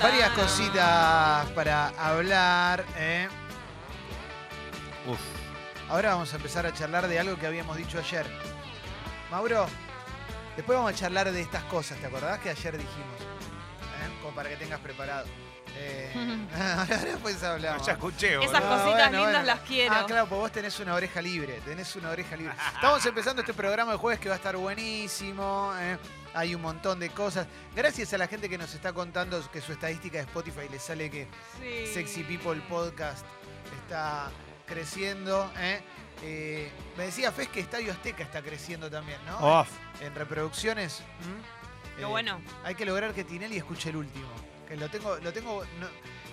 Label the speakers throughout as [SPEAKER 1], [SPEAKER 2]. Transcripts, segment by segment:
[SPEAKER 1] Varias cositas para hablar. ¿eh?
[SPEAKER 2] Uf.
[SPEAKER 1] Ahora vamos a empezar a charlar de algo que habíamos dicho ayer. Mauro, después vamos a charlar de estas cosas, ¿te acordás que ayer dijimos? ¿Eh? Como para que tengas preparado. Eh, ahora pues hablamos.
[SPEAKER 2] Ya escuché, boludo.
[SPEAKER 3] Esas
[SPEAKER 1] No,
[SPEAKER 3] cositas
[SPEAKER 1] bueno,
[SPEAKER 3] lindas
[SPEAKER 1] bueno.
[SPEAKER 3] las quiero.
[SPEAKER 1] Ah, claro, pues vos tenés una oreja libre, tenés una oreja libre. Estamos empezando este programa de jueves que va a estar buenísimo. ¿eh? Hay un montón de cosas. Gracias a la gente que nos está contando que su estadística de Spotify le sale que
[SPEAKER 3] Sí.
[SPEAKER 1] Sexy People Podcast está creciendo. ¿eh? Eh, me decía Fes que Estadio Azteca está creciendo también, ¿no?
[SPEAKER 2] Uf.
[SPEAKER 1] En reproducciones. ¿m?
[SPEAKER 3] Qué
[SPEAKER 1] Eh,
[SPEAKER 3] bueno.
[SPEAKER 1] Hay que lograr que Tinelli escuche el último. Que lo tengo, lo tengo. no-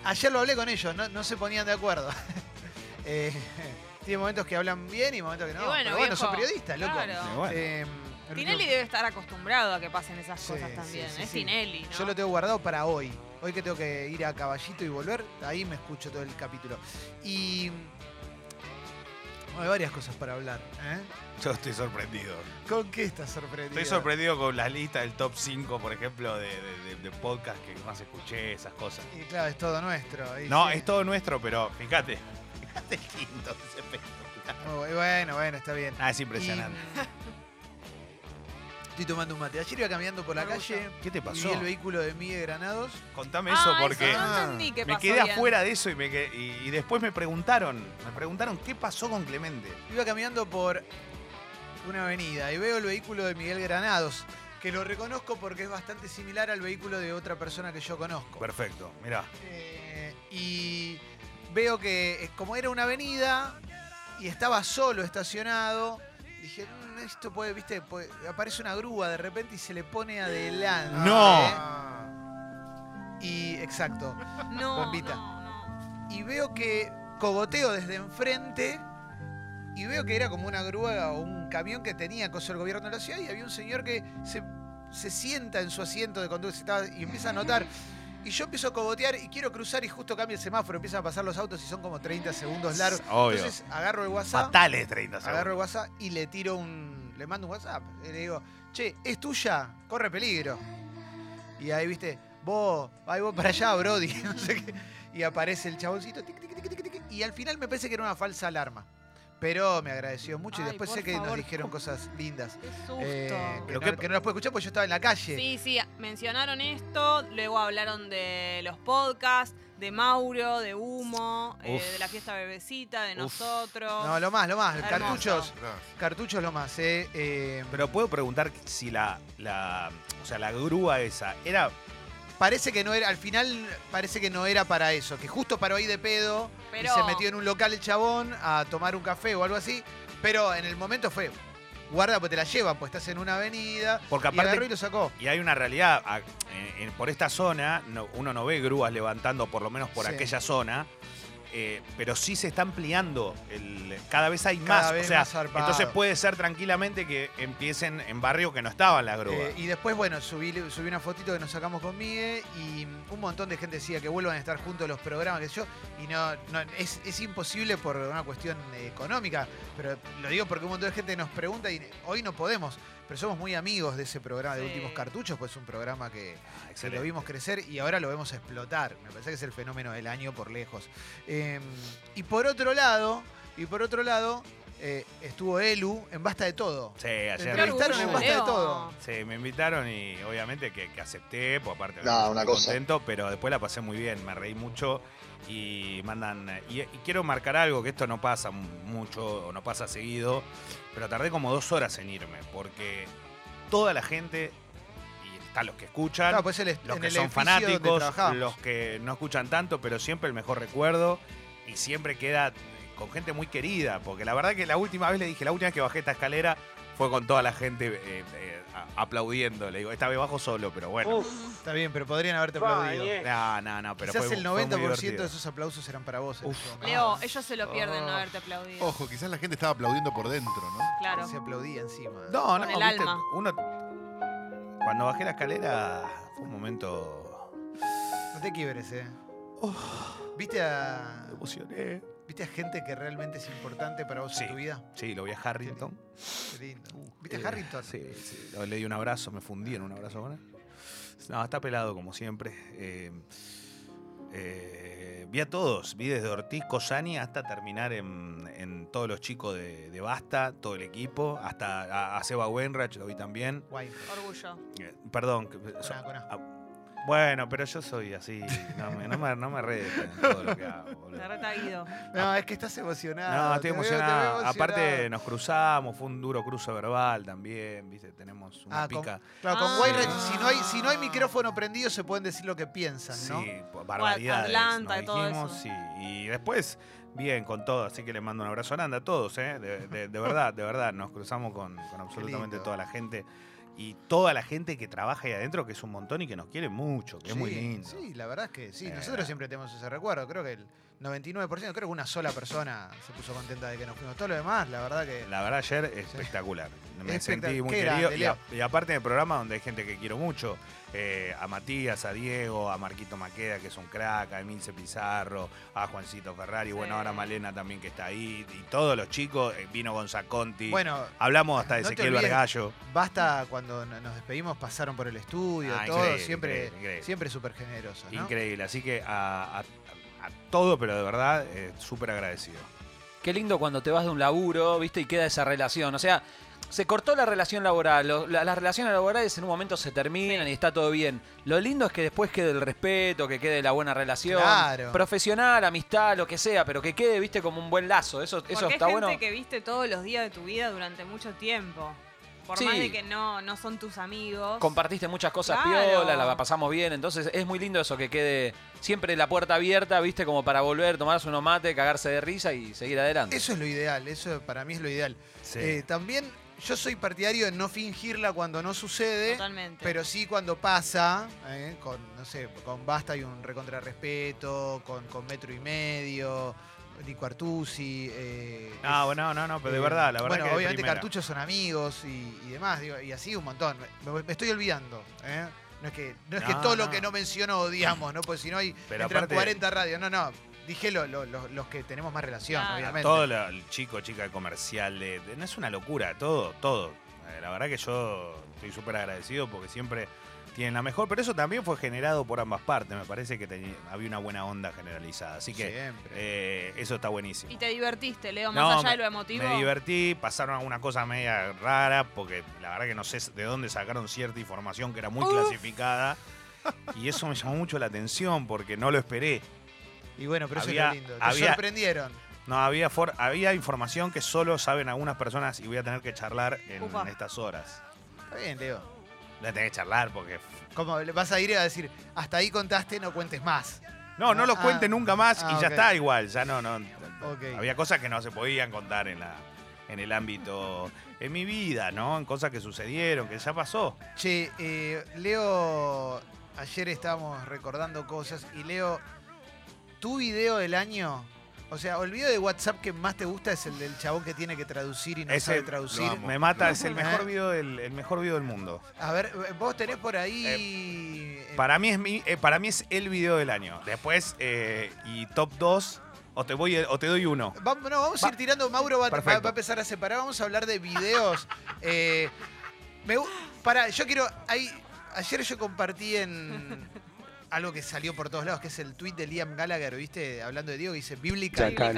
[SPEAKER 1] ayer lo hablé con ellos, no, no se ponían de acuerdo. Eh, tiene momentos que hablan bien y momentos que no.
[SPEAKER 3] Y bueno,
[SPEAKER 1] pero bueno,
[SPEAKER 3] viejo,
[SPEAKER 1] son periodistas, loco.
[SPEAKER 3] claro.
[SPEAKER 2] Bueno.
[SPEAKER 1] Eh, el
[SPEAKER 3] Tinelli
[SPEAKER 1] último-
[SPEAKER 3] debe estar acostumbrado a que pasen esas
[SPEAKER 1] Sí,
[SPEAKER 3] cosas
[SPEAKER 1] sí,
[SPEAKER 3] también.
[SPEAKER 1] sí,
[SPEAKER 3] es
[SPEAKER 1] sí.
[SPEAKER 3] Tinelli, ¿no?
[SPEAKER 1] Yo lo tengo guardado para hoy. Hoy que tengo que ir a caballito y volver, ahí me escucho todo el capítulo. Y. bueno, hay varias cosas para hablar. ¿eh?
[SPEAKER 2] Yo estoy sorprendido.
[SPEAKER 1] ¿Con qué estás sorprendido?
[SPEAKER 2] Estoy sorprendido con la lista del top 5, por ejemplo, de, de, de- de podcast que más escuché, esas cosas.
[SPEAKER 1] Y claro, es todo nuestro. y
[SPEAKER 2] No,
[SPEAKER 1] sí.
[SPEAKER 2] es todo nuestro, pero fíjate. Fíjate el quinto es espectacular.
[SPEAKER 1] Muy Bueno, bueno, está bien.
[SPEAKER 2] Ah, es impresionante.
[SPEAKER 1] Estoy tomando un mate. Ayer iba caminando por la
[SPEAKER 3] Me gusta.
[SPEAKER 1] calle.
[SPEAKER 2] ¿Qué te
[SPEAKER 1] Y
[SPEAKER 2] pasó?
[SPEAKER 1] vi el vehículo de Miguel Granados.
[SPEAKER 2] Contame eso
[SPEAKER 3] Ah,
[SPEAKER 2] porque
[SPEAKER 3] no entendí qué
[SPEAKER 2] me
[SPEAKER 3] pasó
[SPEAKER 2] quedé
[SPEAKER 3] bien.
[SPEAKER 2] afuera de eso y, me quedé- y, y después me preguntaron, me preguntaron qué pasó con Clemente.
[SPEAKER 1] Iba caminando por una avenida y veo el vehículo de Miguel Granados, que lo reconozco porque es bastante similar al vehículo de otra persona que yo conozco.
[SPEAKER 2] Perfecto, mirá.
[SPEAKER 1] Eh, y veo que eh, como era una avenida y estaba solo estacionado, dije, "Mm, esto puede, viste, puede-". aparece una grúa de repente y se le pone adelante. ¿eh?
[SPEAKER 2] ¡No!
[SPEAKER 1] Y exacto.
[SPEAKER 3] No,
[SPEAKER 1] Bombita.
[SPEAKER 3] no, no.
[SPEAKER 1] y veo que cogoteo desde enfrente y veo que era como una grúa o un camión que tenía cosa el gobierno de la ciudad y había un señor que se, se sienta en su asiento de conductor se estaba- y empieza a notar. Y yo empiezo a cogotear y quiero cruzar y justo cambia el semáforo, empiezan a pasar los autos y son como 30 segundos largos.
[SPEAKER 2] Obvio.
[SPEAKER 1] Entonces agarro el WhatsApp,
[SPEAKER 2] Fatales 30
[SPEAKER 1] agarro el
[SPEAKER 2] segundos.
[SPEAKER 1] WhatsApp y le tiro un. Le mando un WhatsApp. Y le digo, che, es tuya, corre peligro. Y ahí viste, vos, ahí vos para allá, Brody. no sé qué. Y aparece el chaboncito. tic, tic, tic, tic, tic, y al final me parece que era una falsa alarma. Pero me agradeció mucho y
[SPEAKER 3] Ay,
[SPEAKER 1] después
[SPEAKER 3] por
[SPEAKER 1] sé que nos
[SPEAKER 3] favor.
[SPEAKER 1] dijeron cosas lindas.
[SPEAKER 3] Qué susto.
[SPEAKER 1] eh, que,
[SPEAKER 2] Pero
[SPEAKER 1] no,
[SPEAKER 2] qué-
[SPEAKER 1] que no las pude escuchar porque yo estaba en la calle.
[SPEAKER 3] Sí, sí, mencionaron esto, luego hablaron de los podcasts, de Mauro, de Humo, eh,
[SPEAKER 2] Uf.
[SPEAKER 3] de la fiesta bebecita, de
[SPEAKER 2] Uf.
[SPEAKER 3] nosotros.
[SPEAKER 1] No, lo más, lo más.
[SPEAKER 3] Hermoso.
[SPEAKER 1] Cartuchos. Cartuchos lo más. eh, eh,
[SPEAKER 2] Pero puedo preguntar si la, la, o sea, la grúa esa era
[SPEAKER 1] parece que no era, al final parece que no era para eso. Que justo paró ahí de pedo.
[SPEAKER 3] Pero-
[SPEAKER 1] Y se metió en un local el chabón a tomar un café o algo así. Pero en el momento fue, guarda, pues te la llevan, pues estás en una avenida. Y
[SPEAKER 2] porque
[SPEAKER 1] agarró y
[SPEAKER 2] aparte
[SPEAKER 1] lo sacó.
[SPEAKER 2] y hay una realidad a- en- en- por esta zona no- uno no ve grúas levantando por lo menos por
[SPEAKER 1] Sí.
[SPEAKER 2] aquella zona. eh, pero sí se está ampliando el- cada vez hay
[SPEAKER 1] Cada
[SPEAKER 2] más,
[SPEAKER 1] vez
[SPEAKER 2] o sea,
[SPEAKER 1] más zarpado.
[SPEAKER 2] entonces puede ser tranquilamente que empiecen en barrio que no estaban las grúas.
[SPEAKER 1] Eh, y después, bueno, subí, subí una fotito que nos sacamos con Migue y un montón de gente decía que vuelvan a estar juntos los programas, que yo, y no, no, es, es imposible por una cuestión eh, económica, pero lo digo porque un montón de gente nos pregunta y hoy no podemos, pero somos muy amigos de ese programa de
[SPEAKER 3] Sí.
[SPEAKER 1] Últimos Cartuchos, pues es un programa que,
[SPEAKER 2] Ah,
[SPEAKER 1] que lo
[SPEAKER 2] excelente.
[SPEAKER 1] vimos crecer y ahora lo vemos explotar. Me parece que es el fenómeno del año por lejos. Eh, y por otro lado, y por otro lado, eh, estuvo Elu en Basta de Todo.
[SPEAKER 2] Sí, ayer
[SPEAKER 3] Qué
[SPEAKER 1] Te entrevistaron
[SPEAKER 3] orgullo,
[SPEAKER 1] en Basta de
[SPEAKER 3] Leo.
[SPEAKER 1] Todo.
[SPEAKER 2] Sí, me invitaron y obviamente que, que acepté, por aparte
[SPEAKER 4] No,
[SPEAKER 2] estoy
[SPEAKER 4] una cosa.
[SPEAKER 2] contento, pero después la pasé muy bien, me reí mucho y mandan. Y, y quiero marcar algo, que esto no pasa mu- mucho o no pasa seguido, pero tardé como dos horas en irme, porque toda la gente, y están los que escuchan,
[SPEAKER 1] Claro, pues él es-
[SPEAKER 2] los
[SPEAKER 1] en
[SPEAKER 2] que
[SPEAKER 1] el
[SPEAKER 2] son
[SPEAKER 1] edificio
[SPEAKER 2] fanáticos,
[SPEAKER 1] donde trabajábamos.
[SPEAKER 2] los que no escuchan tanto, pero siempre el mejor recuerdo y siempre queda eh, con gente muy querida, porque la verdad que la última vez le dije, la última vez que bajé esta escalera fue con toda la gente eh, eh, a- aplaudiendo. Le digo, esta vez bajo solo, pero bueno.
[SPEAKER 1] Está bien, pero podrían haberte aplaudido.
[SPEAKER 2] No, no, no, pero
[SPEAKER 1] Quizás
[SPEAKER 2] fue,
[SPEAKER 1] el
[SPEAKER 2] fue muy
[SPEAKER 1] 90%
[SPEAKER 2] divertido.
[SPEAKER 1] de esos aplausos eran para vos. en
[SPEAKER 2] Uf.
[SPEAKER 1] ese momento.
[SPEAKER 3] Leo, ellos se lo pierden no
[SPEAKER 2] Ah.
[SPEAKER 3] haberte aplaudido.
[SPEAKER 4] Ojo, quizás la gente estaba aplaudiendo por dentro, ¿no?
[SPEAKER 3] Claro.
[SPEAKER 1] Se aplaudía encima.
[SPEAKER 2] No, no,
[SPEAKER 3] Con el
[SPEAKER 2] viste,
[SPEAKER 3] alma.
[SPEAKER 2] uno cuando bajé la escalera fue un momento
[SPEAKER 1] No te quiebres, eh.
[SPEAKER 2] Oh.
[SPEAKER 1] ¿Viste a,
[SPEAKER 2] me emocioné.
[SPEAKER 1] ¿Viste a gente que realmente es importante para vos
[SPEAKER 2] Sí.
[SPEAKER 1] en tu vida?
[SPEAKER 2] Sí, lo vi a Harrington.
[SPEAKER 1] Qué lindo. ¿Viste
[SPEAKER 2] Eh,
[SPEAKER 1] a Harrington?
[SPEAKER 2] Sí, sí. Le di un abrazo, me fundí en un abrazo con él. No, está pelado como siempre. Eh, eh, vi a todos, vi desde Ortiz Cosani hasta terminar en, en todos los chicos de, de Basta, todo el equipo, hasta a, a Seba Wenrach lo vi también.
[SPEAKER 1] Guay.
[SPEAKER 3] Orgullo.
[SPEAKER 2] Eh, perdón. que- so-
[SPEAKER 1] Coná, coná.
[SPEAKER 2] ah, bueno, pero yo soy así, no me, no me, no me reten todo lo que hago. boludo.
[SPEAKER 3] La reta Guido.
[SPEAKER 1] No, es que estás emocionado.
[SPEAKER 2] No,
[SPEAKER 1] te
[SPEAKER 2] estoy
[SPEAKER 1] veo- te veo
[SPEAKER 2] emocionado. Aparte,
[SPEAKER 1] emocionado.
[SPEAKER 2] nos cruzamos, fue un duro cruce verbal también, ¿viste? Tenemos una
[SPEAKER 1] Ah, con-
[SPEAKER 2] pica.
[SPEAKER 1] Claro, con
[SPEAKER 3] Ah.
[SPEAKER 1] Wainwright, si no, hay, si no hay micrófono prendido, se pueden decir lo que piensan, ¿no?
[SPEAKER 2] Sí, po- barbaridades.
[SPEAKER 3] Atlanta
[SPEAKER 2] nos
[SPEAKER 3] y todo
[SPEAKER 2] dijimos,
[SPEAKER 3] eso.
[SPEAKER 2] sí. Y, después, bien, con todo. Así que le mando un abrazo grande a todos, ¿eh? De, de- de verdad, de verdad. Nos cruzamos con, con absolutamente
[SPEAKER 1] lindo.
[SPEAKER 2] toda la gente. Y toda la gente que trabaja ahí adentro, que es un montón y que nos quiere mucho, que es muy
[SPEAKER 1] Sí,
[SPEAKER 2] lindo.
[SPEAKER 1] Sí, la verdad es que sí.
[SPEAKER 2] Eh.
[SPEAKER 1] Nosotros siempre tenemos ese recuerdo. Creo que el 99%, creo que una sola persona se puso contenta de que nos fuimos. Todo lo demás, la verdad que.
[SPEAKER 2] La verdad, ayer espectacular. Me
[SPEAKER 1] Espectac-
[SPEAKER 2] sentí muy
[SPEAKER 1] qué
[SPEAKER 2] querido.
[SPEAKER 1] grande,
[SPEAKER 2] Y, a- y aparte del programa, donde hay gente que quiero mucho: eh, a Matías, a Diego, a Marquito Maqueda, que es un crack, a Emilce Pizarro, a Juancito Ferrari. Bueno,
[SPEAKER 3] Sí.
[SPEAKER 2] ahora Malena también que está ahí. Y todos los chicos. eh, Vino Gonzaconti.
[SPEAKER 1] Bueno,
[SPEAKER 2] Hablamos hasta de
[SPEAKER 1] No te
[SPEAKER 2] Ezequiel
[SPEAKER 1] olvides-
[SPEAKER 2] Bargallo.
[SPEAKER 1] basta cuando no- nos despedimos, pasaron por el estudio,
[SPEAKER 2] Ah,
[SPEAKER 1] todo.
[SPEAKER 2] increíble,
[SPEAKER 1] Siempre
[SPEAKER 2] increíble.
[SPEAKER 1] siempre súper generosos, ¿no?
[SPEAKER 2] Increíble. Así que a, a- a todo, pero de verdad, eh, súper agradecido.
[SPEAKER 5] Qué lindo cuando te vas de un laburo, ¿viste? Y queda esa relación. O sea, se cortó la relación laboral. lo- la- las relaciones laborales en un momento se terminan y está todo bien. Lo lindo es que después quede el respeto, que quede la buena relación.
[SPEAKER 1] Claro.
[SPEAKER 5] Profesional, amistad, lo que sea, pero que quede, ¿viste? Como un buen lazo. Eso, eso
[SPEAKER 3] Porque
[SPEAKER 5] está
[SPEAKER 3] es gente
[SPEAKER 5] bueno.
[SPEAKER 3] que viste todos los días de tu vida durante mucho tiempo. Por
[SPEAKER 5] Sí.
[SPEAKER 3] más de que no, no son tus amigos.
[SPEAKER 5] Compartiste muchas cosas
[SPEAKER 3] Claro.
[SPEAKER 5] piola, la pasamos bien. Entonces es muy lindo eso que quede siempre la puerta abierta, ¿viste? Como para volver, tomarse unos mate, cagarse de risa y seguir adelante.
[SPEAKER 1] Eso es lo ideal, eso para mí es lo ideal.
[SPEAKER 2] Sí.
[SPEAKER 1] Eh, también yo soy partidario de no fingirla cuando no sucede.
[SPEAKER 3] Totalmente.
[SPEAKER 1] Pero sí cuando pasa, ¿eh? con, no sé, con Basta y un recontra respeto, con, con Metro y Medio, Nico Artusi. eh,
[SPEAKER 2] Ah,
[SPEAKER 1] es-
[SPEAKER 2] bueno, no, no, pero de
[SPEAKER 1] eh,
[SPEAKER 2] verdad, la verdad.
[SPEAKER 1] Bueno,
[SPEAKER 2] que de
[SPEAKER 1] obviamente
[SPEAKER 2] primera.
[SPEAKER 1] Cartuchos son amigos y, y demás, digo, y así un montón. Me, me- me estoy olvidando, ¿eh? No es que, no es que
[SPEAKER 2] No,
[SPEAKER 1] todo lo
[SPEAKER 2] no.
[SPEAKER 1] que no menciono odiamos, ¿no? Porque si no hay
[SPEAKER 2] Pero
[SPEAKER 1] entran
[SPEAKER 2] aparte-
[SPEAKER 1] 40 radios. No, no, dije lo- lo- lo- los que tenemos más relación,
[SPEAKER 3] Claro.
[SPEAKER 1] obviamente.
[SPEAKER 2] Todo lo- el chico, chica de comercial, de- de- no es una locura, todo, todo. Eh, La verdad que yo estoy súper agradecido porque siempre tienen la mejor, pero eso también fue generado por ambas partes, me parece que teni- había una buena onda generalizada, así que
[SPEAKER 1] Siempre.
[SPEAKER 2] eh, eso está buenísimo.
[SPEAKER 3] Y te divertiste, Leo,
[SPEAKER 2] No,
[SPEAKER 3] más allá
[SPEAKER 2] me-
[SPEAKER 3] de lo emotivo.
[SPEAKER 2] Me divertí, pasaron alguna cosa media rara, porque la verdad que no sé de dónde sacaron cierta información que era muy
[SPEAKER 3] Uf.
[SPEAKER 2] clasificada. Y eso me llamó mucho la atención porque no lo esperé.
[SPEAKER 1] y bueno, pero
[SPEAKER 2] había-
[SPEAKER 1] eso es lo lindo. Te
[SPEAKER 2] había-
[SPEAKER 1] sorprendieron.
[SPEAKER 2] No, había, for- había información que solo saben algunas personas y voy a tener que charlar en
[SPEAKER 3] Upa.
[SPEAKER 2] estas horas.
[SPEAKER 1] Está bien, Leo.
[SPEAKER 2] Voy a tener que charlar porque.
[SPEAKER 1] Como le vas a ir a decir, hasta ahí contaste, no cuentes más.
[SPEAKER 2] No, no lo
[SPEAKER 1] Ah,
[SPEAKER 2] cuente nunca más
[SPEAKER 1] ah,
[SPEAKER 2] y ya
[SPEAKER 1] ok.
[SPEAKER 2] está igual. Ya no, no.
[SPEAKER 1] Ok.
[SPEAKER 2] Había cosas que no se podían contar en la. En el ámbito, en mi vida, ¿no? En cosas que sucedieron, que ya pasó.
[SPEAKER 1] Che, eh, Leo, ayer estábamos recordando cosas y Leo, tu video del año, o sea, o el video de WhatsApp que más te gusta es el del chabón que tiene que traducir y no sabe traducir.
[SPEAKER 4] lo amo.
[SPEAKER 2] me mata,
[SPEAKER 4] lo
[SPEAKER 2] es el
[SPEAKER 1] amo.
[SPEAKER 2] mejor video del, el mejor video del mundo.
[SPEAKER 1] A ver, eh, vos tenés por ahí... eh,
[SPEAKER 2] Para mí es mi, eh, para mí es el video del año. Después, eh, y top 2, o te voy, o te doy uno.
[SPEAKER 1] Vamos, no, vamos a ir tirando. Mauro va, va-
[SPEAKER 2] Perfecto.
[SPEAKER 1] va a empezar a separar. Vamos a hablar de videos. Eh, me gu- pará, yo quiero. ahí- ayer yo compartí en algo que salió por todos lados, que es el tweet de Liam Gallagher, ¿viste? Hablando de Diego, que dice bíblica.
[SPEAKER 3] Bíblica.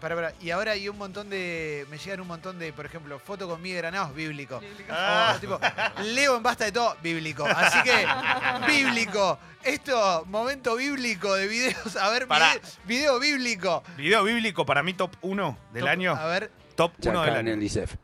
[SPEAKER 1] Pará, pará. Y ahora hay un montón de. Me llegan un montón de, por ejemplo, foto con Miguel Granados, bíblico.
[SPEAKER 3] Bíblica.
[SPEAKER 2] Ah.
[SPEAKER 1] O, tipo, Leo en basta de todo, bíblico. Así que, bíblico. Esto, momento bíblico de videos. A ver,
[SPEAKER 2] Pará.
[SPEAKER 1] vide- video bíblico.
[SPEAKER 2] Video bíblico para mí top 1 del
[SPEAKER 1] Top-
[SPEAKER 2] año.
[SPEAKER 1] A ver,
[SPEAKER 2] Top 1 del
[SPEAKER 6] Chacán en
[SPEAKER 2] año.
[SPEAKER 6] Licef.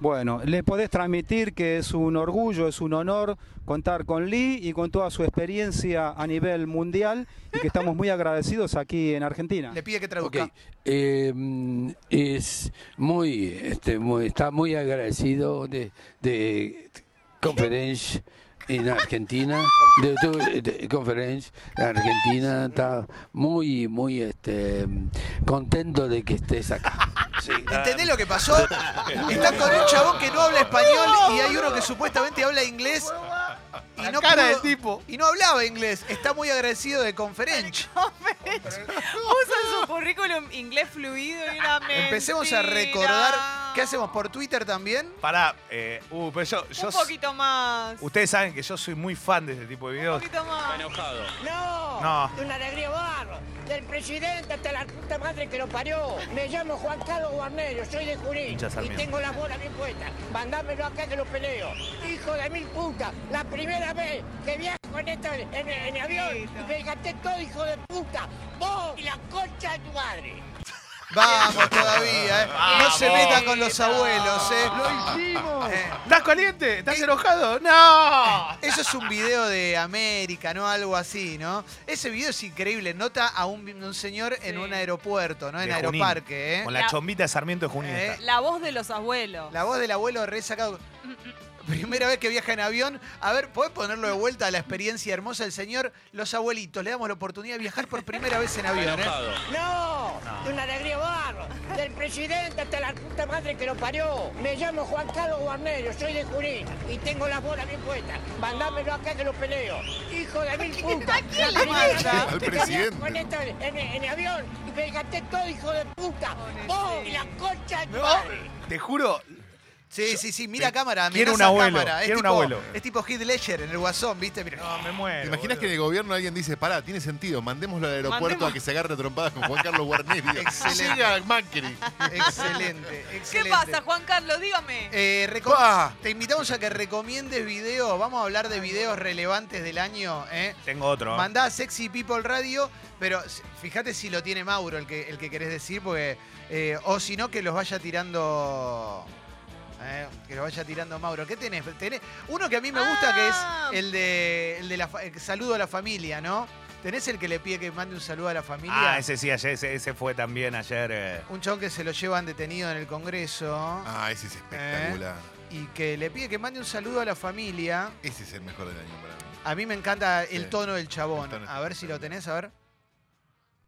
[SPEAKER 6] Bueno, le podés transmitir que es un orgullo, es un honor contar con Lee y con toda su experiencia a nivel mundial y que estamos muy agradecidos aquí en Argentina.
[SPEAKER 1] le pide que traduzca.
[SPEAKER 7] Ok, eh, mm, es muy, este, muy- está muy agradecido de, de Conference en Argentina, de, tu- de Conference en Argentina, está muy, muy este, contento de que estés acá. Sí,
[SPEAKER 1] ¿Entendés lo que pasó? Está con un chabón que no habla español y hay uno que supuestamente habla inglés. Y no cara tipo. Y no hablaba inglés. Está muy agradecido de Conferench.
[SPEAKER 3] Puso en su currículum inglés fluido y una mentira.
[SPEAKER 1] Empecemos a recordar ¿Qué hacemos? ¿Por Twitter también?
[SPEAKER 2] Pará, eh, uh, pero yo, yo
[SPEAKER 3] Un
[SPEAKER 2] s-
[SPEAKER 3] poquito más.
[SPEAKER 2] Ustedes saben que yo soy muy fan de este tipo de
[SPEAKER 3] Un
[SPEAKER 2] videos.
[SPEAKER 3] poquito más.
[SPEAKER 5] enojado.
[SPEAKER 8] No,
[SPEAKER 2] No.
[SPEAKER 8] de una alegría barro, del presidente hasta la puta madre que lo parió. Me llamo Juan Carlos Guarnero, soy de Junín
[SPEAKER 2] Hincha
[SPEAKER 8] y
[SPEAKER 2] Sarmiento.
[SPEAKER 8] tengo las bolas bien puestas. Mandámelo acá que lo peleo. Hijo de mil puta, la primera vez que viajo en, esta- en, en avión y me gasté todo, hijo de puta. Vos y la concha de tu madre.
[SPEAKER 1] Vamos todavía, ¿eh? No se
[SPEAKER 2] Vamos.
[SPEAKER 1] meta con los abuelos, ¿eh? Eh,
[SPEAKER 2] ¿Estás caliente? ¿Estás enojado? ¡No!
[SPEAKER 1] Eso es un video de América, ¿no? Algo así, ¿no? Ese video es increíble. Nota a un, un señor en
[SPEAKER 3] Sí.
[SPEAKER 1] un aeropuerto, ¿no? En
[SPEAKER 2] De Junín,
[SPEAKER 1] aeroparque, ¿eh?
[SPEAKER 2] Con la,
[SPEAKER 3] La-
[SPEAKER 2] chombita de Sarmiento de Junín.
[SPEAKER 1] Eh,
[SPEAKER 2] está.
[SPEAKER 3] La voz de los abuelos.
[SPEAKER 1] La voz del abuelo resacado. Primera vez que viaja en avión. A ver, ¿podés ponerlo de vuelta a la experiencia hermosa del señor? Los abuelitos, le damos la oportunidad de viajar por primera vez en avión, ¿eh?
[SPEAKER 8] No, de una alegría barro, del presidente hasta la puta madre que lo parió. Me llamo Juan Carlos Guarnero, soy de Junín y tengo las bolas bien puestas. Mandámelo acá que lo peleo. Hijo de mil puta. la primera vez
[SPEAKER 4] Al
[SPEAKER 8] que
[SPEAKER 4] presidente.
[SPEAKER 8] viajo en esta- en, en avión y me gasté todo, hijo de puta. Vos y la concha de tu
[SPEAKER 2] No,
[SPEAKER 8] madre.
[SPEAKER 2] Te juro,
[SPEAKER 1] Sí, sí, sí, mira cámara,
[SPEAKER 2] Quiero
[SPEAKER 1] mira
[SPEAKER 2] un abuelo,
[SPEAKER 1] cámara.
[SPEAKER 2] quiero un
[SPEAKER 1] tipo,
[SPEAKER 2] abuelo.
[SPEAKER 1] Es tipo Heath Ledger en el guasón, ¿viste? Mira.
[SPEAKER 2] no, me muero.
[SPEAKER 4] ¿Te imaginas que en el gobierno alguien dice, pará, tiene sentido, mandémoslo al aeropuerto
[SPEAKER 3] Mandemos-
[SPEAKER 4] a que se agarre a trompadas con Juan Carlos Guarneri?
[SPEAKER 1] Excelente.
[SPEAKER 4] Llega Macri.
[SPEAKER 1] Excelente,
[SPEAKER 3] ¿Qué
[SPEAKER 1] excelente.
[SPEAKER 3] pasa, Juan Carlos? Dígame.
[SPEAKER 1] Eh, reco-
[SPEAKER 4] Pa.
[SPEAKER 1] te invitamos a que recomiendes videos. Vamos a hablar de videos relevantes del año. ¿eh?
[SPEAKER 2] Tengo otro. ¿eh?
[SPEAKER 1] Mandá a Sexy People Radio, pero s- fíjate si lo tiene Mauro el que, el que querés decir, porque. eh, o si no, que los vaya tirando. eh, que los vaya tirando Mauro. ¿Qué tenés? Tenés- Uno que a mí me gusta
[SPEAKER 3] Ah.
[SPEAKER 1] que es el de, el de la fa- el saludo a la familia, ¿no? ¿Tenés el que le pide que mande un saludo a la familia?
[SPEAKER 2] Ah, ese sí, ayer, ese, ese fue también ayer. eh.
[SPEAKER 1] Un chon que se lo llevan detenido en el Congreso
[SPEAKER 4] Ah, ese es espectacular.
[SPEAKER 2] ¿Eh?
[SPEAKER 1] y que le pide que mande un saludo a la familia.
[SPEAKER 4] Ese es el mejor del año para mí.
[SPEAKER 1] A mí me encanta el
[SPEAKER 4] Sí.
[SPEAKER 1] tono del chabón.
[SPEAKER 4] El tono
[SPEAKER 1] A
[SPEAKER 4] es
[SPEAKER 1] ver si lo tenés, a ver.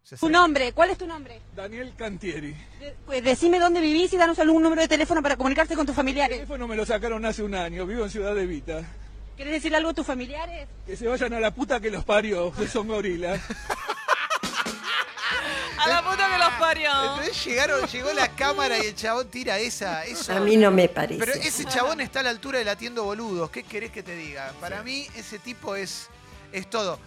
[SPEAKER 1] Se
[SPEAKER 9] Tu
[SPEAKER 1] acerca.
[SPEAKER 9] nombre, ¿cuál es tu nombre?
[SPEAKER 10] Daniel Cantieri.
[SPEAKER 9] De- pues decime dónde vivís y danos algún número de teléfono para comunicarse con tus
[SPEAKER 10] El
[SPEAKER 9] familiares.
[SPEAKER 10] teléfono me lo sacaron hace un año, vivo en Ciudad de Vita.
[SPEAKER 9] ¿Quieres decirle algo a tus familiares?
[SPEAKER 10] Que se vayan a la puta que los parió, ustedes son gorilas.
[SPEAKER 3] A la puta que los parió.
[SPEAKER 1] Entonces llegaron, llegó la cámara y el chabón tira esa. Eso.
[SPEAKER 11] A mí no me parece.
[SPEAKER 1] Pero ese chabón está a la altura de latiendo boludos. ¿Qué querés que te diga? Para mí, ese tipo es, es todo.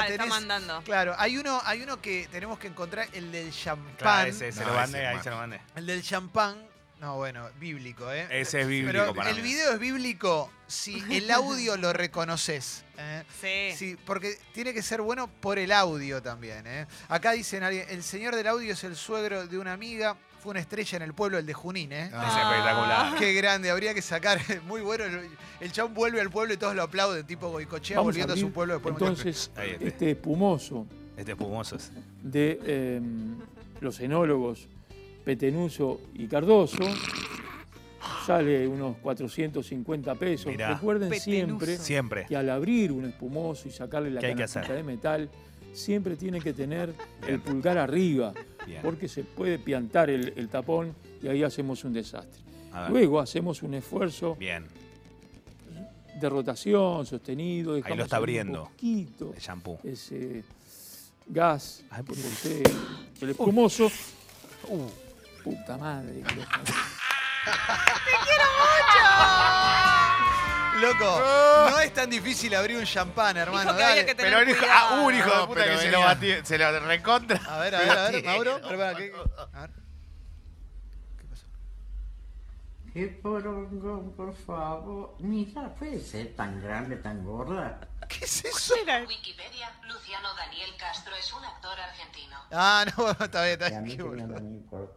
[SPEAKER 3] Ah, le está
[SPEAKER 1] tenés-
[SPEAKER 3] mandando.
[SPEAKER 1] Claro, hay uno, hay uno que tenemos que encontrar, el del champán.
[SPEAKER 2] Claro, ese se
[SPEAKER 4] No,
[SPEAKER 2] lo
[SPEAKER 4] ese
[SPEAKER 2] mandé,
[SPEAKER 4] es
[SPEAKER 2] ahí
[SPEAKER 4] más.
[SPEAKER 2] se lo mandé.
[SPEAKER 1] El del champán. No, bueno, bíblico, ¿eh?
[SPEAKER 2] Ese es bíblico
[SPEAKER 1] Pero
[SPEAKER 2] para
[SPEAKER 1] el
[SPEAKER 2] mí.
[SPEAKER 1] video es bíblico si el audio lo reconoces. ¿eh?
[SPEAKER 3] Sí.
[SPEAKER 1] Sí, porque tiene que ser bueno por el audio también. ¿eh? Acá dicen alguien, el señor del audio es el suegro de una amiga, fue una estrella en el pueblo, el de Junín,
[SPEAKER 3] Ah.
[SPEAKER 1] ¿eh?
[SPEAKER 2] Ese es espectacular.
[SPEAKER 1] Qué grande, habría que sacar. Muy bueno. El, el chabón vuelve al pueblo y todos lo aplauden, tipo Goicochea
[SPEAKER 12] Vamos
[SPEAKER 1] volviendo a,
[SPEAKER 12] abrir,
[SPEAKER 1] su pueblo después. de mucho
[SPEAKER 12] Entonces,
[SPEAKER 2] Ahí está.
[SPEAKER 12] este espumoso
[SPEAKER 2] Este es pumoso.
[SPEAKER 12] de eh, los enólogos Petenuso y Cardoso sale unos 450 pesos.
[SPEAKER 2] Mirá.
[SPEAKER 12] Recuerden
[SPEAKER 3] Petenuso.
[SPEAKER 12] siempre
[SPEAKER 2] Siempre.
[SPEAKER 12] que al abrir un espumoso y sacarle la
[SPEAKER 2] ¿Qué hay que
[SPEAKER 12] canastita
[SPEAKER 2] hacer?
[SPEAKER 12] de metal, siempre tiene que tener el pulgar arriba,
[SPEAKER 2] Bien.
[SPEAKER 12] porque se puede piantar el, el tapón y ahí hacemos un desastre.
[SPEAKER 2] A ver.
[SPEAKER 12] Luego hacemos un esfuerzo
[SPEAKER 2] Bien.
[SPEAKER 12] de rotación sostenido. Dejamos
[SPEAKER 2] está
[SPEAKER 12] salir
[SPEAKER 2] abriendo.
[SPEAKER 12] Un poquito
[SPEAKER 2] El shampoo.
[SPEAKER 12] ese gas,
[SPEAKER 2] Ay, por
[SPEAKER 12] ese- el espumoso. puta madre.
[SPEAKER 1] Loco, no es tan difícil abrir un champán, hermano.
[SPEAKER 3] Ah. Dijo que había
[SPEAKER 1] dale.
[SPEAKER 3] que tener
[SPEAKER 2] Pero un hijo,
[SPEAKER 3] cuidado.
[SPEAKER 4] uh,
[SPEAKER 2] ah, un hijo de
[SPEAKER 4] No,
[SPEAKER 2] puta
[SPEAKER 4] pero
[SPEAKER 2] que se lo,
[SPEAKER 4] venía. Ah,
[SPEAKER 2] batió- se lo recontra.
[SPEAKER 1] A ver, a ver, a ver, Mauro. prepara, ¿qué- a ver.
[SPEAKER 8] Qué porongón, por favor. Mira, puede ser tan grande, tan gorda.
[SPEAKER 1] ¿Qué es eso?
[SPEAKER 11] Wikipedia, Luciano Daniel Castro es un actor argentino.
[SPEAKER 1] Ah, no, bueno, está bien, está
[SPEAKER 8] a
[SPEAKER 1] bien.
[SPEAKER 8] mí
[SPEAKER 1] qué
[SPEAKER 8] que no
[SPEAKER 1] boludo.
[SPEAKER 8] me importa.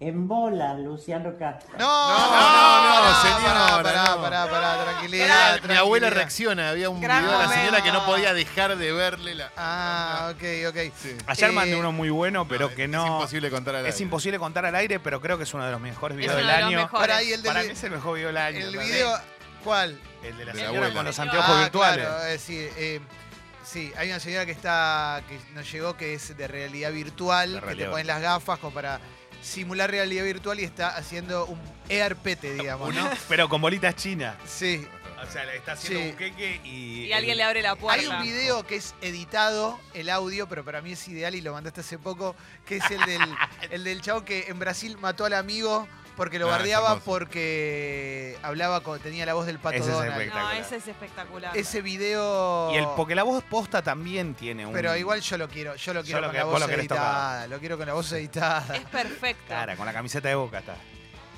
[SPEAKER 8] En bola, Luciano Castro.
[SPEAKER 1] No, no,
[SPEAKER 4] no,
[SPEAKER 1] pará,
[SPEAKER 4] señora,
[SPEAKER 1] Pará, pará,
[SPEAKER 4] no.
[SPEAKER 1] pará, pará, tranquilidad.
[SPEAKER 4] Mi
[SPEAKER 1] tranquilidad.
[SPEAKER 4] abuela reacciona, había un
[SPEAKER 3] Gran
[SPEAKER 4] video de la señora
[SPEAKER 3] momento.
[SPEAKER 4] que no podía dejar de verle la.
[SPEAKER 1] Ah, ok, ok.
[SPEAKER 4] Sí.
[SPEAKER 2] Ayer
[SPEAKER 1] Eh,
[SPEAKER 2] mandé uno muy bueno, pero que no.
[SPEAKER 4] Es imposible contar al
[SPEAKER 2] Es
[SPEAKER 4] aire.
[SPEAKER 2] imposible contar al aire, pero creo que es uno de los mejores videos
[SPEAKER 3] uno
[SPEAKER 2] del
[SPEAKER 3] de los
[SPEAKER 2] año.
[SPEAKER 3] mejores.
[SPEAKER 1] Pará, y el, del,
[SPEAKER 2] Para mí es el mejor video del año.
[SPEAKER 1] el
[SPEAKER 2] ¿entendés?
[SPEAKER 1] video. ¿Cuál?
[SPEAKER 2] El de la
[SPEAKER 4] De la
[SPEAKER 2] señora
[SPEAKER 4] abuela.
[SPEAKER 2] con los
[SPEAKER 3] Ah,
[SPEAKER 2] anteojos virtuales.
[SPEAKER 1] Claro, eh, sí, eh, sí, hay una señora que está. que nos llegó que es de realidad virtual, que
[SPEAKER 2] La
[SPEAKER 1] te
[SPEAKER 2] realidad.
[SPEAKER 1] ponen las gafas como para simular realidad virtual y está haciendo un ERPT, digamos, ¿no?
[SPEAKER 2] Uno, pero con bolitas chinas.
[SPEAKER 1] Sí.
[SPEAKER 2] O sea, le está haciendo
[SPEAKER 1] Sí.
[SPEAKER 2] un queque y.
[SPEAKER 3] Y alguien le abre la
[SPEAKER 1] Hay
[SPEAKER 3] puerta.
[SPEAKER 1] un video que es editado, el audio, pero para mí es ideal y lo mandaste hace poco, que es el del, el del chavo que en Brasil mató al amigo Porque lo
[SPEAKER 2] Ah,
[SPEAKER 4] No, es
[SPEAKER 1] bardeaba
[SPEAKER 4] hermoso.
[SPEAKER 1] porque hablaba con, tenía la voz del pato
[SPEAKER 2] Ese es
[SPEAKER 1] Donald.
[SPEAKER 2] espectacular.
[SPEAKER 3] No, ese es espectacular.
[SPEAKER 1] Ese video.
[SPEAKER 2] Y el, porque la voz posta también tiene un.
[SPEAKER 1] Oh. Pero igual yo lo quiero, yo lo
[SPEAKER 2] Yo
[SPEAKER 1] quiero
[SPEAKER 2] lo
[SPEAKER 1] con
[SPEAKER 2] que-
[SPEAKER 1] la
[SPEAKER 2] vos
[SPEAKER 1] voz
[SPEAKER 2] lo querés
[SPEAKER 1] editada. Lo quiero con la voz editada.
[SPEAKER 3] Es perfecto.
[SPEAKER 2] Cara, con la camiseta de boca está.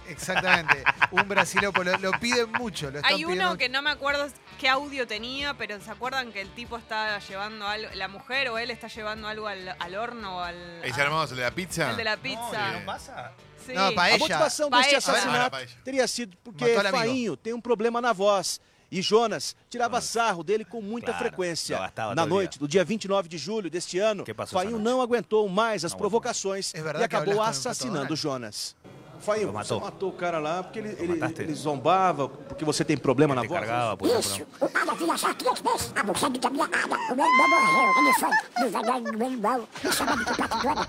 [SPEAKER 1] Exactamente. Un brasilopo. Lo, lo piden mucho. Lo están
[SPEAKER 3] Hay uno
[SPEAKER 1] pidiendo-
[SPEAKER 3] que no me acuerdo qué audio tenía, pero ¿se acuerdan que el tipo está llevando algo, la mujer o él está llevando algo al, al horno o al...
[SPEAKER 4] ¿Es hermoso, el de la pizza?
[SPEAKER 3] El de la pizza.
[SPEAKER 4] No,
[SPEAKER 2] passa?
[SPEAKER 3] Sí.
[SPEAKER 1] Não, paella.
[SPEAKER 13] A motivação deste
[SPEAKER 3] Paella.
[SPEAKER 4] Ah, era
[SPEAKER 13] assassinato
[SPEAKER 4] paella.
[SPEAKER 13] teria sido porque
[SPEAKER 1] Matou ele, amigo.
[SPEAKER 13] Fainho tem um problema na voz. E Jonas tirava sarro dele com muita
[SPEAKER 2] Claro,
[SPEAKER 13] frequência.
[SPEAKER 2] gastava
[SPEAKER 13] Na
[SPEAKER 2] todo
[SPEAKER 13] noite do dia 29 de julho deste ano,
[SPEAKER 2] passou essa
[SPEAKER 13] Fainho não aguentou mais as provocações
[SPEAKER 1] É
[SPEAKER 13] e
[SPEAKER 1] verdade que
[SPEAKER 13] acabou
[SPEAKER 1] olhar com- com
[SPEAKER 13] assassinando
[SPEAKER 1] Donald?
[SPEAKER 13] Jonas. Fainho,
[SPEAKER 2] Lo
[SPEAKER 13] você
[SPEAKER 2] matou.
[SPEAKER 13] matou o cara lá porque ele, ele-
[SPEAKER 2] mataste?
[SPEAKER 13] ele zombava, porque você tem problema na
[SPEAKER 2] Te
[SPEAKER 13] voz.
[SPEAKER 2] cargaba, puta, pues, perdón.
[SPEAKER 8] O cara viajar 500 vezes, a mulher do que a minha água. O meu irmão morreu, ele foi no velório do meu irmão, me chamando de Pato Donald.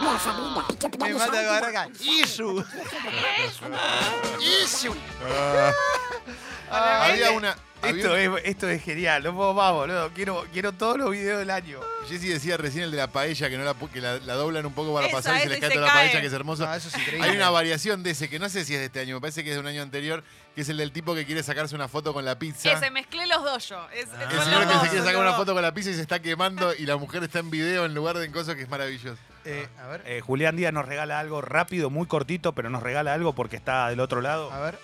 [SPEAKER 8] Minha família, que
[SPEAKER 1] Me manda agora, cara. Isso. Isso.
[SPEAKER 4] Ah, había una. había
[SPEAKER 2] Esto
[SPEAKER 4] un-
[SPEAKER 2] es, esto es genial, no puedo más, boludo. Quiero, quiero todos los videos del año.
[SPEAKER 4] Jessy decía recién el de la paella que, no la, pu- que la, la doblan un poco para
[SPEAKER 3] Esa,
[SPEAKER 4] pasar y se
[SPEAKER 3] esa,
[SPEAKER 4] les
[SPEAKER 3] y
[SPEAKER 4] cae
[SPEAKER 3] se
[SPEAKER 4] toda la
[SPEAKER 3] cae.
[SPEAKER 4] paella que es hermosa.
[SPEAKER 1] No, Ah, eso es increíble.
[SPEAKER 4] Hay una variación de ese que no sé si es de este año, me parece que es de un año anterior, que es el del tipo que quiere sacarse una foto con la pizza.
[SPEAKER 3] Ese, mezclé los dos yo. Es, son
[SPEAKER 4] El
[SPEAKER 3] los
[SPEAKER 4] señor que
[SPEAKER 3] dos,
[SPEAKER 4] se quiere
[SPEAKER 3] son
[SPEAKER 4] sacar
[SPEAKER 3] los
[SPEAKER 4] una
[SPEAKER 3] dos.
[SPEAKER 4] foto con la pizza y se está quemando y la mujer está en video en lugar de en cosas que es maravilloso.
[SPEAKER 1] Eh, a ver,
[SPEAKER 2] Eh, Julián Díaz nos regala algo rápido, muy cortito, pero nos regala algo porque está del otro lado.
[SPEAKER 1] a ver.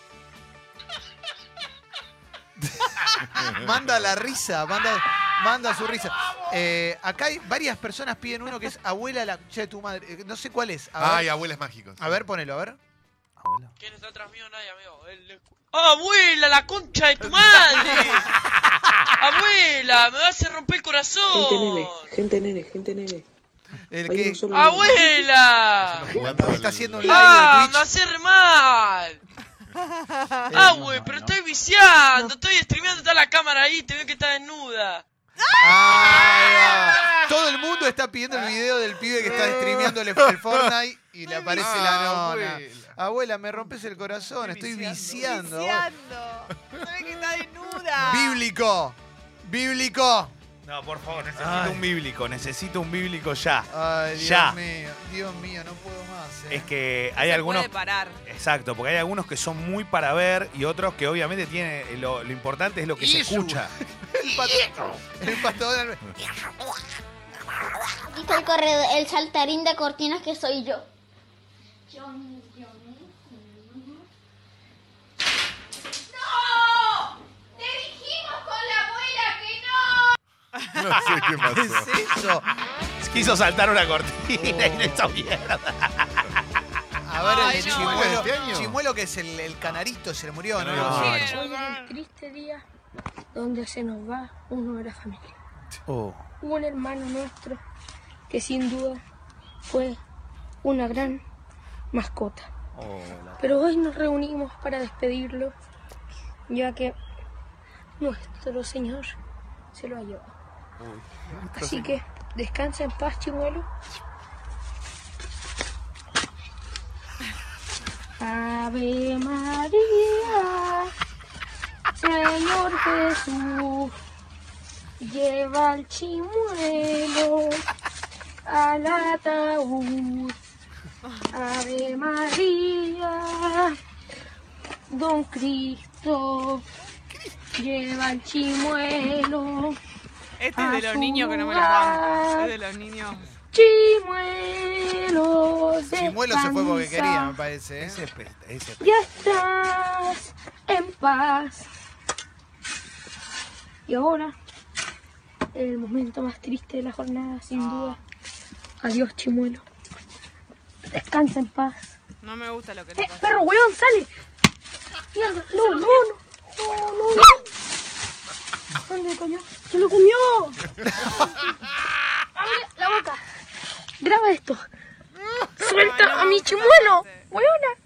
[SPEAKER 1] manda la risa, manda, manda su risa. Eh, acá hay varias personas piden uno que es abuela la concha de tu madre. Eh, No sé cuál es. A
[SPEAKER 4] Ay,
[SPEAKER 1] ver,
[SPEAKER 4] abuelos mágicos.
[SPEAKER 1] a ver ponelo, a ver.
[SPEAKER 2] Abuelo.
[SPEAKER 14] ¿Quién está atrás mío? Nadie, amigo. El- ¡Ah, abuela, la concha de tu madre! ¡Abuela, me vas a romper el
[SPEAKER 3] Este
[SPEAKER 14] corazón!
[SPEAKER 15] gente nene, gente nene.
[SPEAKER 1] El
[SPEAKER 15] Hay
[SPEAKER 1] que
[SPEAKER 15] un
[SPEAKER 3] Ah,
[SPEAKER 15] solo nene.
[SPEAKER 14] ¡Abuela!
[SPEAKER 4] Jugando
[SPEAKER 1] está
[SPEAKER 4] al-
[SPEAKER 1] haciendo un live
[SPEAKER 14] ¡Ah,
[SPEAKER 1] de
[SPEAKER 14] me
[SPEAKER 1] Twitch.
[SPEAKER 14] vas a hacer mal! ¡Ah, güey, pero estoy viciando! Estoy streameando, está la cámara ahí, te veo que está desnuda.
[SPEAKER 1] Ahí va. Todo el mundo está pidiendo el video del pibe que está streameando el, el Fortnite y le aparece
[SPEAKER 4] Ah,
[SPEAKER 1] la nona.
[SPEAKER 4] abuela.
[SPEAKER 1] Abuela, me rompes el corazón, estoy viciando. abuela.
[SPEAKER 3] Viciando. Sabe que está desnuda.
[SPEAKER 1] Bíblico. Bíblico.
[SPEAKER 2] No, por favor, necesito
[SPEAKER 1] Ay.
[SPEAKER 2] un bíblico, necesito un bíblico ya.
[SPEAKER 1] Ay, Dios
[SPEAKER 2] Ya.
[SPEAKER 1] mío, Dios mío, no puedo más. eh.
[SPEAKER 2] Es que hay
[SPEAKER 3] Se
[SPEAKER 2] algunos.
[SPEAKER 3] puede parar.
[SPEAKER 2] Exacto, porque hay algunos que son muy para ver y otros que obviamente tienen. Lo, lo importante es lo que se
[SPEAKER 1] Isu.
[SPEAKER 2] escucha.
[SPEAKER 1] El pato, el pato Donald.
[SPEAKER 16] Dice el corredor, el saltarín de cortinas que soy yo. Johnny, Johnny. ¡No! ¡Te dijimos con la abuela que no!
[SPEAKER 4] No sé qué
[SPEAKER 1] ¿Qué
[SPEAKER 4] pasó.
[SPEAKER 1] es eso?
[SPEAKER 2] Quiso saltar una cortina y no
[SPEAKER 1] Oh.
[SPEAKER 2] hizo mierda.
[SPEAKER 1] A ver,
[SPEAKER 3] Ay,
[SPEAKER 1] el de
[SPEAKER 3] no.
[SPEAKER 1] Chimuelo.
[SPEAKER 4] ¿Este año?
[SPEAKER 1] Chimuelo que es el, el canarito, se le murió, ¿no?
[SPEAKER 2] No,
[SPEAKER 3] Sí,
[SPEAKER 2] no.
[SPEAKER 3] no,
[SPEAKER 8] Hoy es el triste día donde se nos va uno de la familia. Hubo un hermano nuestro que sin duda fue una gran mascota. Pero hoy nos reunimos para despedirlo, ya que nuestro Señor se lo ha llevado. Así que descansa en paz, chimuelo. Ave María, Señor Jesús, lleva al chimuelo al ataúd. Ave María, Don Cristo, lleva al chimuelo.
[SPEAKER 3] Este es de los niños que no me lo banco. Es de los niños.
[SPEAKER 8] Chimuelo,
[SPEAKER 1] Chimuelo se fue porque
[SPEAKER 8] descansa.
[SPEAKER 1] quería, me parece. ¿eh?
[SPEAKER 8] Ya estás en paz. Y ahora, el momento más triste de la jornada, sin duda. Adiós, chimuelo. Descansa en paz.
[SPEAKER 3] No me gusta lo que le
[SPEAKER 8] ¡Eh,
[SPEAKER 3] pasa.
[SPEAKER 8] perro, weón, sale! Mierda, no, no, no. No, no, no. ¿Dónde comió? ¡Se lo comió! ¡Abre la boca! Graba esto.
[SPEAKER 3] Ay,
[SPEAKER 8] ¡Suelta
[SPEAKER 3] no
[SPEAKER 8] a
[SPEAKER 3] me
[SPEAKER 8] mi
[SPEAKER 3] gusta
[SPEAKER 8] chimuelo!
[SPEAKER 3] este.
[SPEAKER 8] ¡Weona!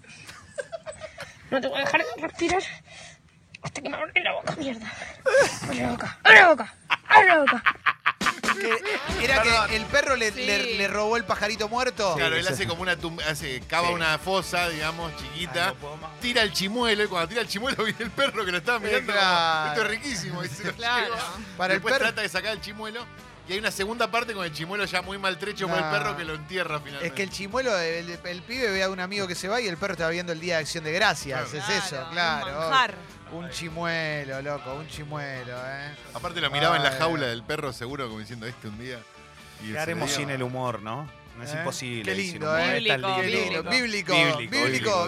[SPEAKER 8] No te voy a dejar respirar hasta que me abres la boca, mierda. Abre la boca, abre la boca, abre la boca.
[SPEAKER 1] Que- era que el perro le,
[SPEAKER 3] Sí.
[SPEAKER 1] le- le robó el pajarito muerto.
[SPEAKER 4] Claro, él hace como una tum- hace, cava
[SPEAKER 2] Sí.
[SPEAKER 4] una fosa, digamos, chiquita,
[SPEAKER 2] Ay, no puedo más.
[SPEAKER 4] tira el chimuelo y cuando tira el chimuelo viene el perro que lo estaba mirando. como,
[SPEAKER 1] claro.
[SPEAKER 4] Esto es riquísimo. Y se lo
[SPEAKER 3] Claro.
[SPEAKER 4] lleva.
[SPEAKER 1] Para el
[SPEAKER 4] Después
[SPEAKER 1] perro.
[SPEAKER 4] trata de sacar el chimuelo Y hay una segunda parte con el chimuelo ya muy maltrecho por el
[SPEAKER 1] No.
[SPEAKER 4] perro que lo entierra finalmente.
[SPEAKER 1] Es que el chimuelo, el, el pibe ve a un amigo que se va y el perro está viendo el día de acción de gracias.
[SPEAKER 4] Claro.
[SPEAKER 1] Es eso, claro.
[SPEAKER 3] manjar.
[SPEAKER 1] Un chimuelo, loco, un chimuelo, ¿eh?
[SPEAKER 4] Aparte lo miraba en la
[SPEAKER 1] Ay.
[SPEAKER 4] jaula del perro seguro como diciendo este un día. y
[SPEAKER 2] Ah. ¿Qué
[SPEAKER 4] se
[SPEAKER 2] haremos
[SPEAKER 4] le
[SPEAKER 2] sin
[SPEAKER 4] dio.
[SPEAKER 2] el humor, no? No es
[SPEAKER 1] ¿Eh?
[SPEAKER 2] imposible.
[SPEAKER 1] Qué
[SPEAKER 2] sin
[SPEAKER 1] lindo,
[SPEAKER 2] humor.
[SPEAKER 1] ¿eh?
[SPEAKER 2] Está el
[SPEAKER 1] Bíblico, bíblico, bíblico,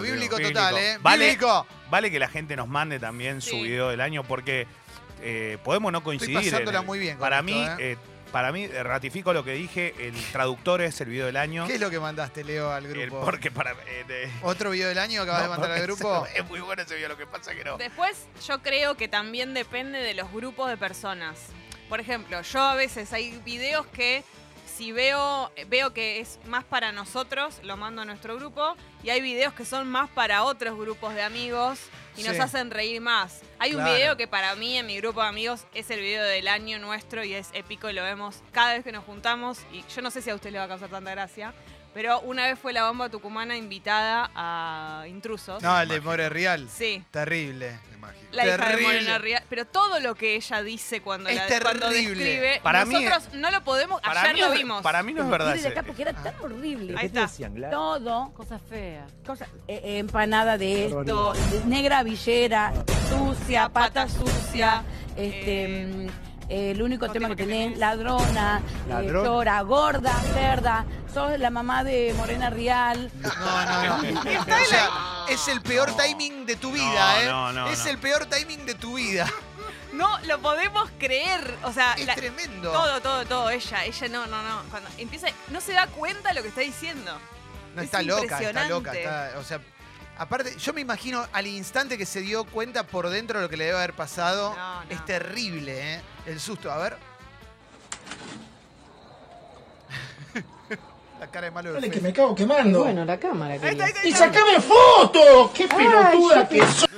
[SPEAKER 1] bíblico, bíblico total, ¿eh?
[SPEAKER 2] Vale,
[SPEAKER 1] Bíblico.
[SPEAKER 2] vale que la gente nos mande también su video del año porque eh, podemos no coincidir. en
[SPEAKER 1] pasándola
[SPEAKER 2] el-
[SPEAKER 1] muy bien con
[SPEAKER 2] Para
[SPEAKER 1] esto,
[SPEAKER 2] mí,
[SPEAKER 1] ¿eh?
[SPEAKER 2] eh, para mí, eh, ratifico lo que dije, el traductor es el video del año.
[SPEAKER 1] ¿Qué es lo que mandaste, Leo, al
[SPEAKER 2] El-
[SPEAKER 1] grupo?
[SPEAKER 2] porque para... eh, de-
[SPEAKER 1] ¿Otro video del año que acabas
[SPEAKER 2] No,
[SPEAKER 1] de mandar al
[SPEAKER 2] porque
[SPEAKER 1] grupo?
[SPEAKER 2] Es muy bueno ese video, lo que pasa que no.
[SPEAKER 3] Después, yo creo que también depende de los grupos de personas. Por ejemplo, yo a veces hay videos que si veo, veo que es más para nosotros, lo mando a nuestro grupo, y hay videos que son más para otros grupos de amigos y nos
[SPEAKER 17] Sí.
[SPEAKER 3] hacen reír más. Hay
[SPEAKER 17] Claro.
[SPEAKER 3] un video que para mí, en mi grupo de amigos, es el video del año nuestro y es épico y lo vemos cada vez que nos juntamos. Y yo no sé si a usted le va a causar tanta gracia, pero una vez fue la bomba tucumana invitada a intrusos.
[SPEAKER 1] No, el de More Real.
[SPEAKER 3] Sí.
[SPEAKER 1] Terrible.
[SPEAKER 3] La hija de
[SPEAKER 1] Terrible.
[SPEAKER 3] Morena Rial. Pero todo lo que ella dice cuando,
[SPEAKER 1] Es
[SPEAKER 3] la, cuando
[SPEAKER 1] terrible.
[SPEAKER 3] describe,
[SPEAKER 2] Para mí-
[SPEAKER 3] nosotros no lo podemos,
[SPEAKER 2] para
[SPEAKER 3] ayer
[SPEAKER 2] mí
[SPEAKER 3] lo
[SPEAKER 2] es-
[SPEAKER 3] vimos.
[SPEAKER 2] para mí no es
[SPEAKER 17] Los
[SPEAKER 2] verdad
[SPEAKER 17] pibes de
[SPEAKER 2] ese-
[SPEAKER 17] acá porque era tan horrible.
[SPEAKER 3] Ahí está.
[SPEAKER 17] Todo. Cosas feas. empanada de esto, negra villera, sucia, pata sucia, este... mm, eh, el único tema que tenés, ladrona,
[SPEAKER 1] Ladrón.
[SPEAKER 17] eh, chora, gorda, cerda, sos la mamá de Morena Rial.
[SPEAKER 1] No, no, no. o sea, es el peor timing de tu vida,
[SPEAKER 2] No,
[SPEAKER 1] ¿eh?
[SPEAKER 2] no, no,
[SPEAKER 1] es
[SPEAKER 2] no.
[SPEAKER 1] el peor timing de tu vida.
[SPEAKER 3] No lo podemos creer. O sea,
[SPEAKER 1] Es
[SPEAKER 3] la-
[SPEAKER 1] tremendo.
[SPEAKER 3] Todo, todo, todo. Ella, ella no, no, no. Cuando empieza, no se da cuenta lo que está diciendo.
[SPEAKER 1] No,
[SPEAKER 3] Es
[SPEAKER 1] está loca, está
[SPEAKER 3] impresionante.
[SPEAKER 1] loca. está- o sea, aparte, yo me imagino al instante que se dio cuenta por dentro de lo que le debe haber pasado.
[SPEAKER 3] No, no.
[SPEAKER 1] Es terrible, ¿eh? El susto. A ver. la cara de malo. del
[SPEAKER 18] Dale,
[SPEAKER 1] Fede.
[SPEAKER 18] que me cago quemando.
[SPEAKER 1] Bueno,
[SPEAKER 18] la cámara.
[SPEAKER 1] Ahí está, ahí está, ahí
[SPEAKER 18] ¡Y
[SPEAKER 1] está.
[SPEAKER 18] sacame fotos! ¡Qué
[SPEAKER 1] Ay,
[SPEAKER 18] pelotuda
[SPEAKER 1] yo
[SPEAKER 18] que sos!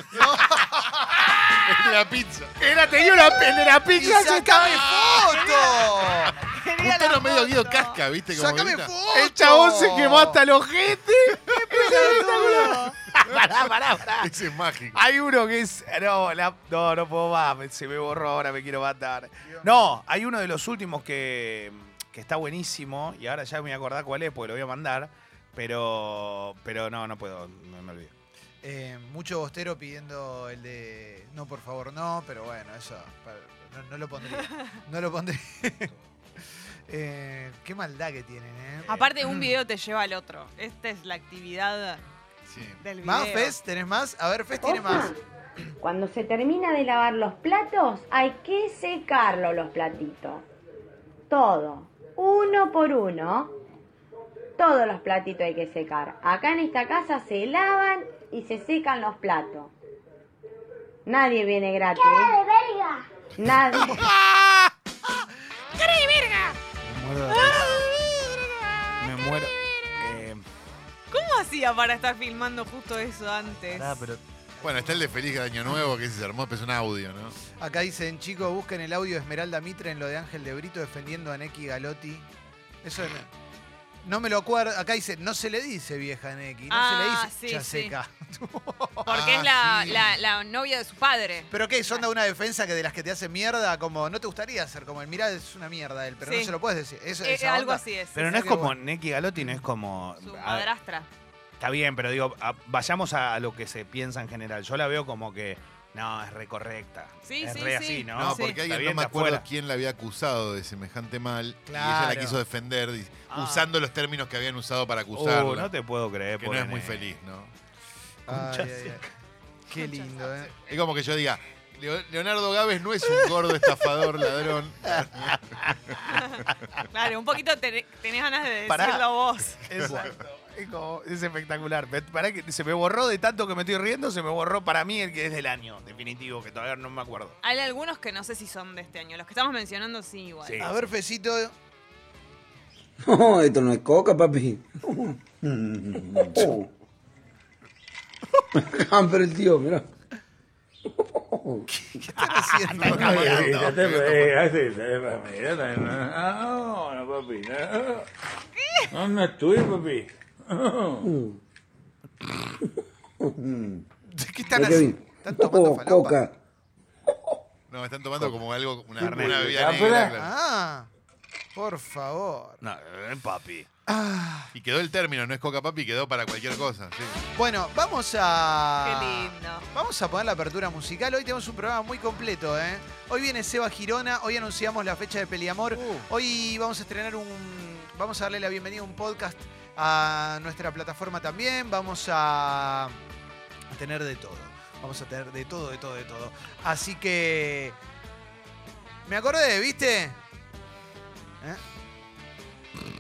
[SPEAKER 4] la pizza.
[SPEAKER 2] Era, te dio la, de la pizza.
[SPEAKER 1] ¡Y sacame foto!
[SPEAKER 4] Un tono medio Guido Casca, ¿viste? Como
[SPEAKER 1] ¡Sácame
[SPEAKER 4] grita.
[SPEAKER 1] foto!
[SPEAKER 2] El chabón se quemó hasta el ojete. pará, pará, pará.
[SPEAKER 4] Ese es mágico.
[SPEAKER 2] Hay uno que es. No, la- no, no puedo más. me- Se me borró ahora, me quiero matar. No, hay uno de los últimos que, que está buenísimo. Y ahora ya me voy a acordar cuál es, porque lo voy a mandar. Pero. Pero no, no puedo. Me, me olvidé.
[SPEAKER 1] Eh, mucho bostero pidiendo el de no, por favor, no, pero bueno, eso para- no, no lo pondría. No lo pondría. Eh, qué maldad que tienen, ¿eh?
[SPEAKER 3] Aparte, un video te lleva al otro. Esta es la actividad del video.
[SPEAKER 1] ¿Más, Fez? ¿Tenés más? A ver, Fez tiene más.
[SPEAKER 19] Cuando se termina de lavar los platos, hay que secarlo los platitos. Todo, uno por uno. Todos los platitos hay que secar. Acá en esta casa se lavan y se secan los platos. Nadie viene gratis. Nadie.
[SPEAKER 3] ¡Cara de verga!
[SPEAKER 2] Me muero. de risa. Me muero. Eh,
[SPEAKER 3] ¿Cómo hacía para estar filmando justo eso antes?
[SPEAKER 4] Bueno, está el de Feliz Año Nuevo, que ese es hermoso, pero es un audio, ¿no?
[SPEAKER 1] Acá dicen, chicos, busquen el audio de Esmeralda Mitre en lo de Ángel de Brito defendiendo a Neki Galotti. Eso no. No me lo acuerdo. Acá dice, no se le dice vieja Neki, no
[SPEAKER 3] Ah,
[SPEAKER 1] se le dice
[SPEAKER 3] sí,
[SPEAKER 1] ya
[SPEAKER 3] sí.
[SPEAKER 1] seca.
[SPEAKER 2] Ah,
[SPEAKER 3] Porque es la, la- la novia de su padre.
[SPEAKER 1] ¿Pero qué? ¿Son de una defensa que de las que te hace mierda? Como, no te gustaría ser como él. Mirá, es una mierda él, pero no
[SPEAKER 3] Sí.
[SPEAKER 1] se lo puedes decir. Eso,
[SPEAKER 3] Eh,
[SPEAKER 1] esa
[SPEAKER 3] algo
[SPEAKER 1] onda.
[SPEAKER 3] así es.
[SPEAKER 2] pero no
[SPEAKER 1] Mirá
[SPEAKER 2] es
[SPEAKER 1] qué
[SPEAKER 2] como
[SPEAKER 1] bueno.
[SPEAKER 2] Neki Galotti, no es como.
[SPEAKER 3] Su
[SPEAKER 2] a-
[SPEAKER 3] madrastra.
[SPEAKER 2] Está bien, pero digo, a- vayamos a, a lo que se piensa en general. Yo la veo como que, no, es recorrecta.
[SPEAKER 3] Sí,
[SPEAKER 2] es
[SPEAKER 3] sí,
[SPEAKER 2] re
[SPEAKER 3] sí.
[SPEAKER 2] así, ¿no?
[SPEAKER 4] No, porque
[SPEAKER 2] Está
[SPEAKER 4] alguien
[SPEAKER 2] bien,
[SPEAKER 4] no me
[SPEAKER 2] está
[SPEAKER 4] acuerdo
[SPEAKER 2] afuera.
[SPEAKER 4] quién la había acusado de semejante mal. Y ella la
[SPEAKER 2] Claro.
[SPEAKER 4] quiso defender di-
[SPEAKER 2] Ah.
[SPEAKER 4] usando los términos que habían usado para acusarla.
[SPEAKER 2] Uh, no te puedo creer.
[SPEAKER 4] que no es
[SPEAKER 2] ponen,
[SPEAKER 4] muy
[SPEAKER 2] eh.
[SPEAKER 4] feliz, ¿no?
[SPEAKER 1] Ay,
[SPEAKER 4] Ya
[SPEAKER 1] ay,
[SPEAKER 4] sé.
[SPEAKER 1] ay. Qué lindo, ¿eh?
[SPEAKER 4] Es como que yo diga, "Leo- Leonardo Gávez no es un gordo estafador ladrón.
[SPEAKER 3] Claro, un poquito te- tenés ganas de
[SPEAKER 2] Pará.
[SPEAKER 3] decirlo vos.
[SPEAKER 2] Exacto. Es, como- es espectacular. Me- Pará que se me borró de tanto que me estoy riendo, se me borró para mí el que es del año, definitivo, que todavía no me acuerdo.
[SPEAKER 3] Hay algunos que no sé si son de este año. Los que estamos mencionando sí igual.
[SPEAKER 2] Sí.
[SPEAKER 1] A ver, Fecito.
[SPEAKER 20] No, esto no es coca, papi. Oh. Ah, Pero el tío, mirá.
[SPEAKER 1] haciendo?
[SPEAKER 5] Eh, Ah, oh,
[SPEAKER 12] No, no, papi.
[SPEAKER 5] eh.
[SPEAKER 12] No, no es tuyo, papi.
[SPEAKER 1] ¿Qué
[SPEAKER 20] están haciendo? ¿Están tomando Oh, coca.
[SPEAKER 4] No, me están tomando como algo, una,
[SPEAKER 20] Carne.
[SPEAKER 4] una bebida
[SPEAKER 20] ¿Cámpora?
[SPEAKER 4] negra. claro.
[SPEAKER 1] Ah, Por favor. Ah.
[SPEAKER 2] No, eh, papi.
[SPEAKER 4] Y quedó el término, no es coca papi, quedó para cualquier cosa. sí.
[SPEAKER 1] Bueno, vamos
[SPEAKER 2] Ah.
[SPEAKER 1] a.
[SPEAKER 3] Qué lindo.
[SPEAKER 1] Vamos a poner la apertura musical. Hoy tenemos un programa muy completo, ¿eh? Hoy viene Seba Girona, hoy anunciamos la fecha de Peliamor.
[SPEAKER 3] Uh.
[SPEAKER 1] Hoy vamos a estrenar un. Vamos a darle la bienvenida a un podcast a nuestra plataforma también. Vamos a tener de todo. Vamos a tener de todo, de todo, de todo. Así que. Me acordé, ¿viste? ¿Eh?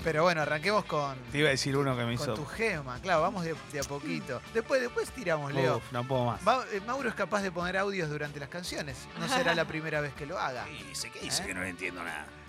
[SPEAKER 1] Pero bueno, arranquemos con.
[SPEAKER 2] Te iba a decir uno que me
[SPEAKER 1] Con
[SPEAKER 2] hizo.
[SPEAKER 1] tu gema, claro, vamos de, de a poquito. Después, después tiramos, Leo.
[SPEAKER 2] Uf, no puedo más.
[SPEAKER 1] Va- eh, Mauro es capaz de poner audios durante las canciones. No será la primera vez que lo haga.
[SPEAKER 2] Dice, ¿qué dice que no le entiendo nada?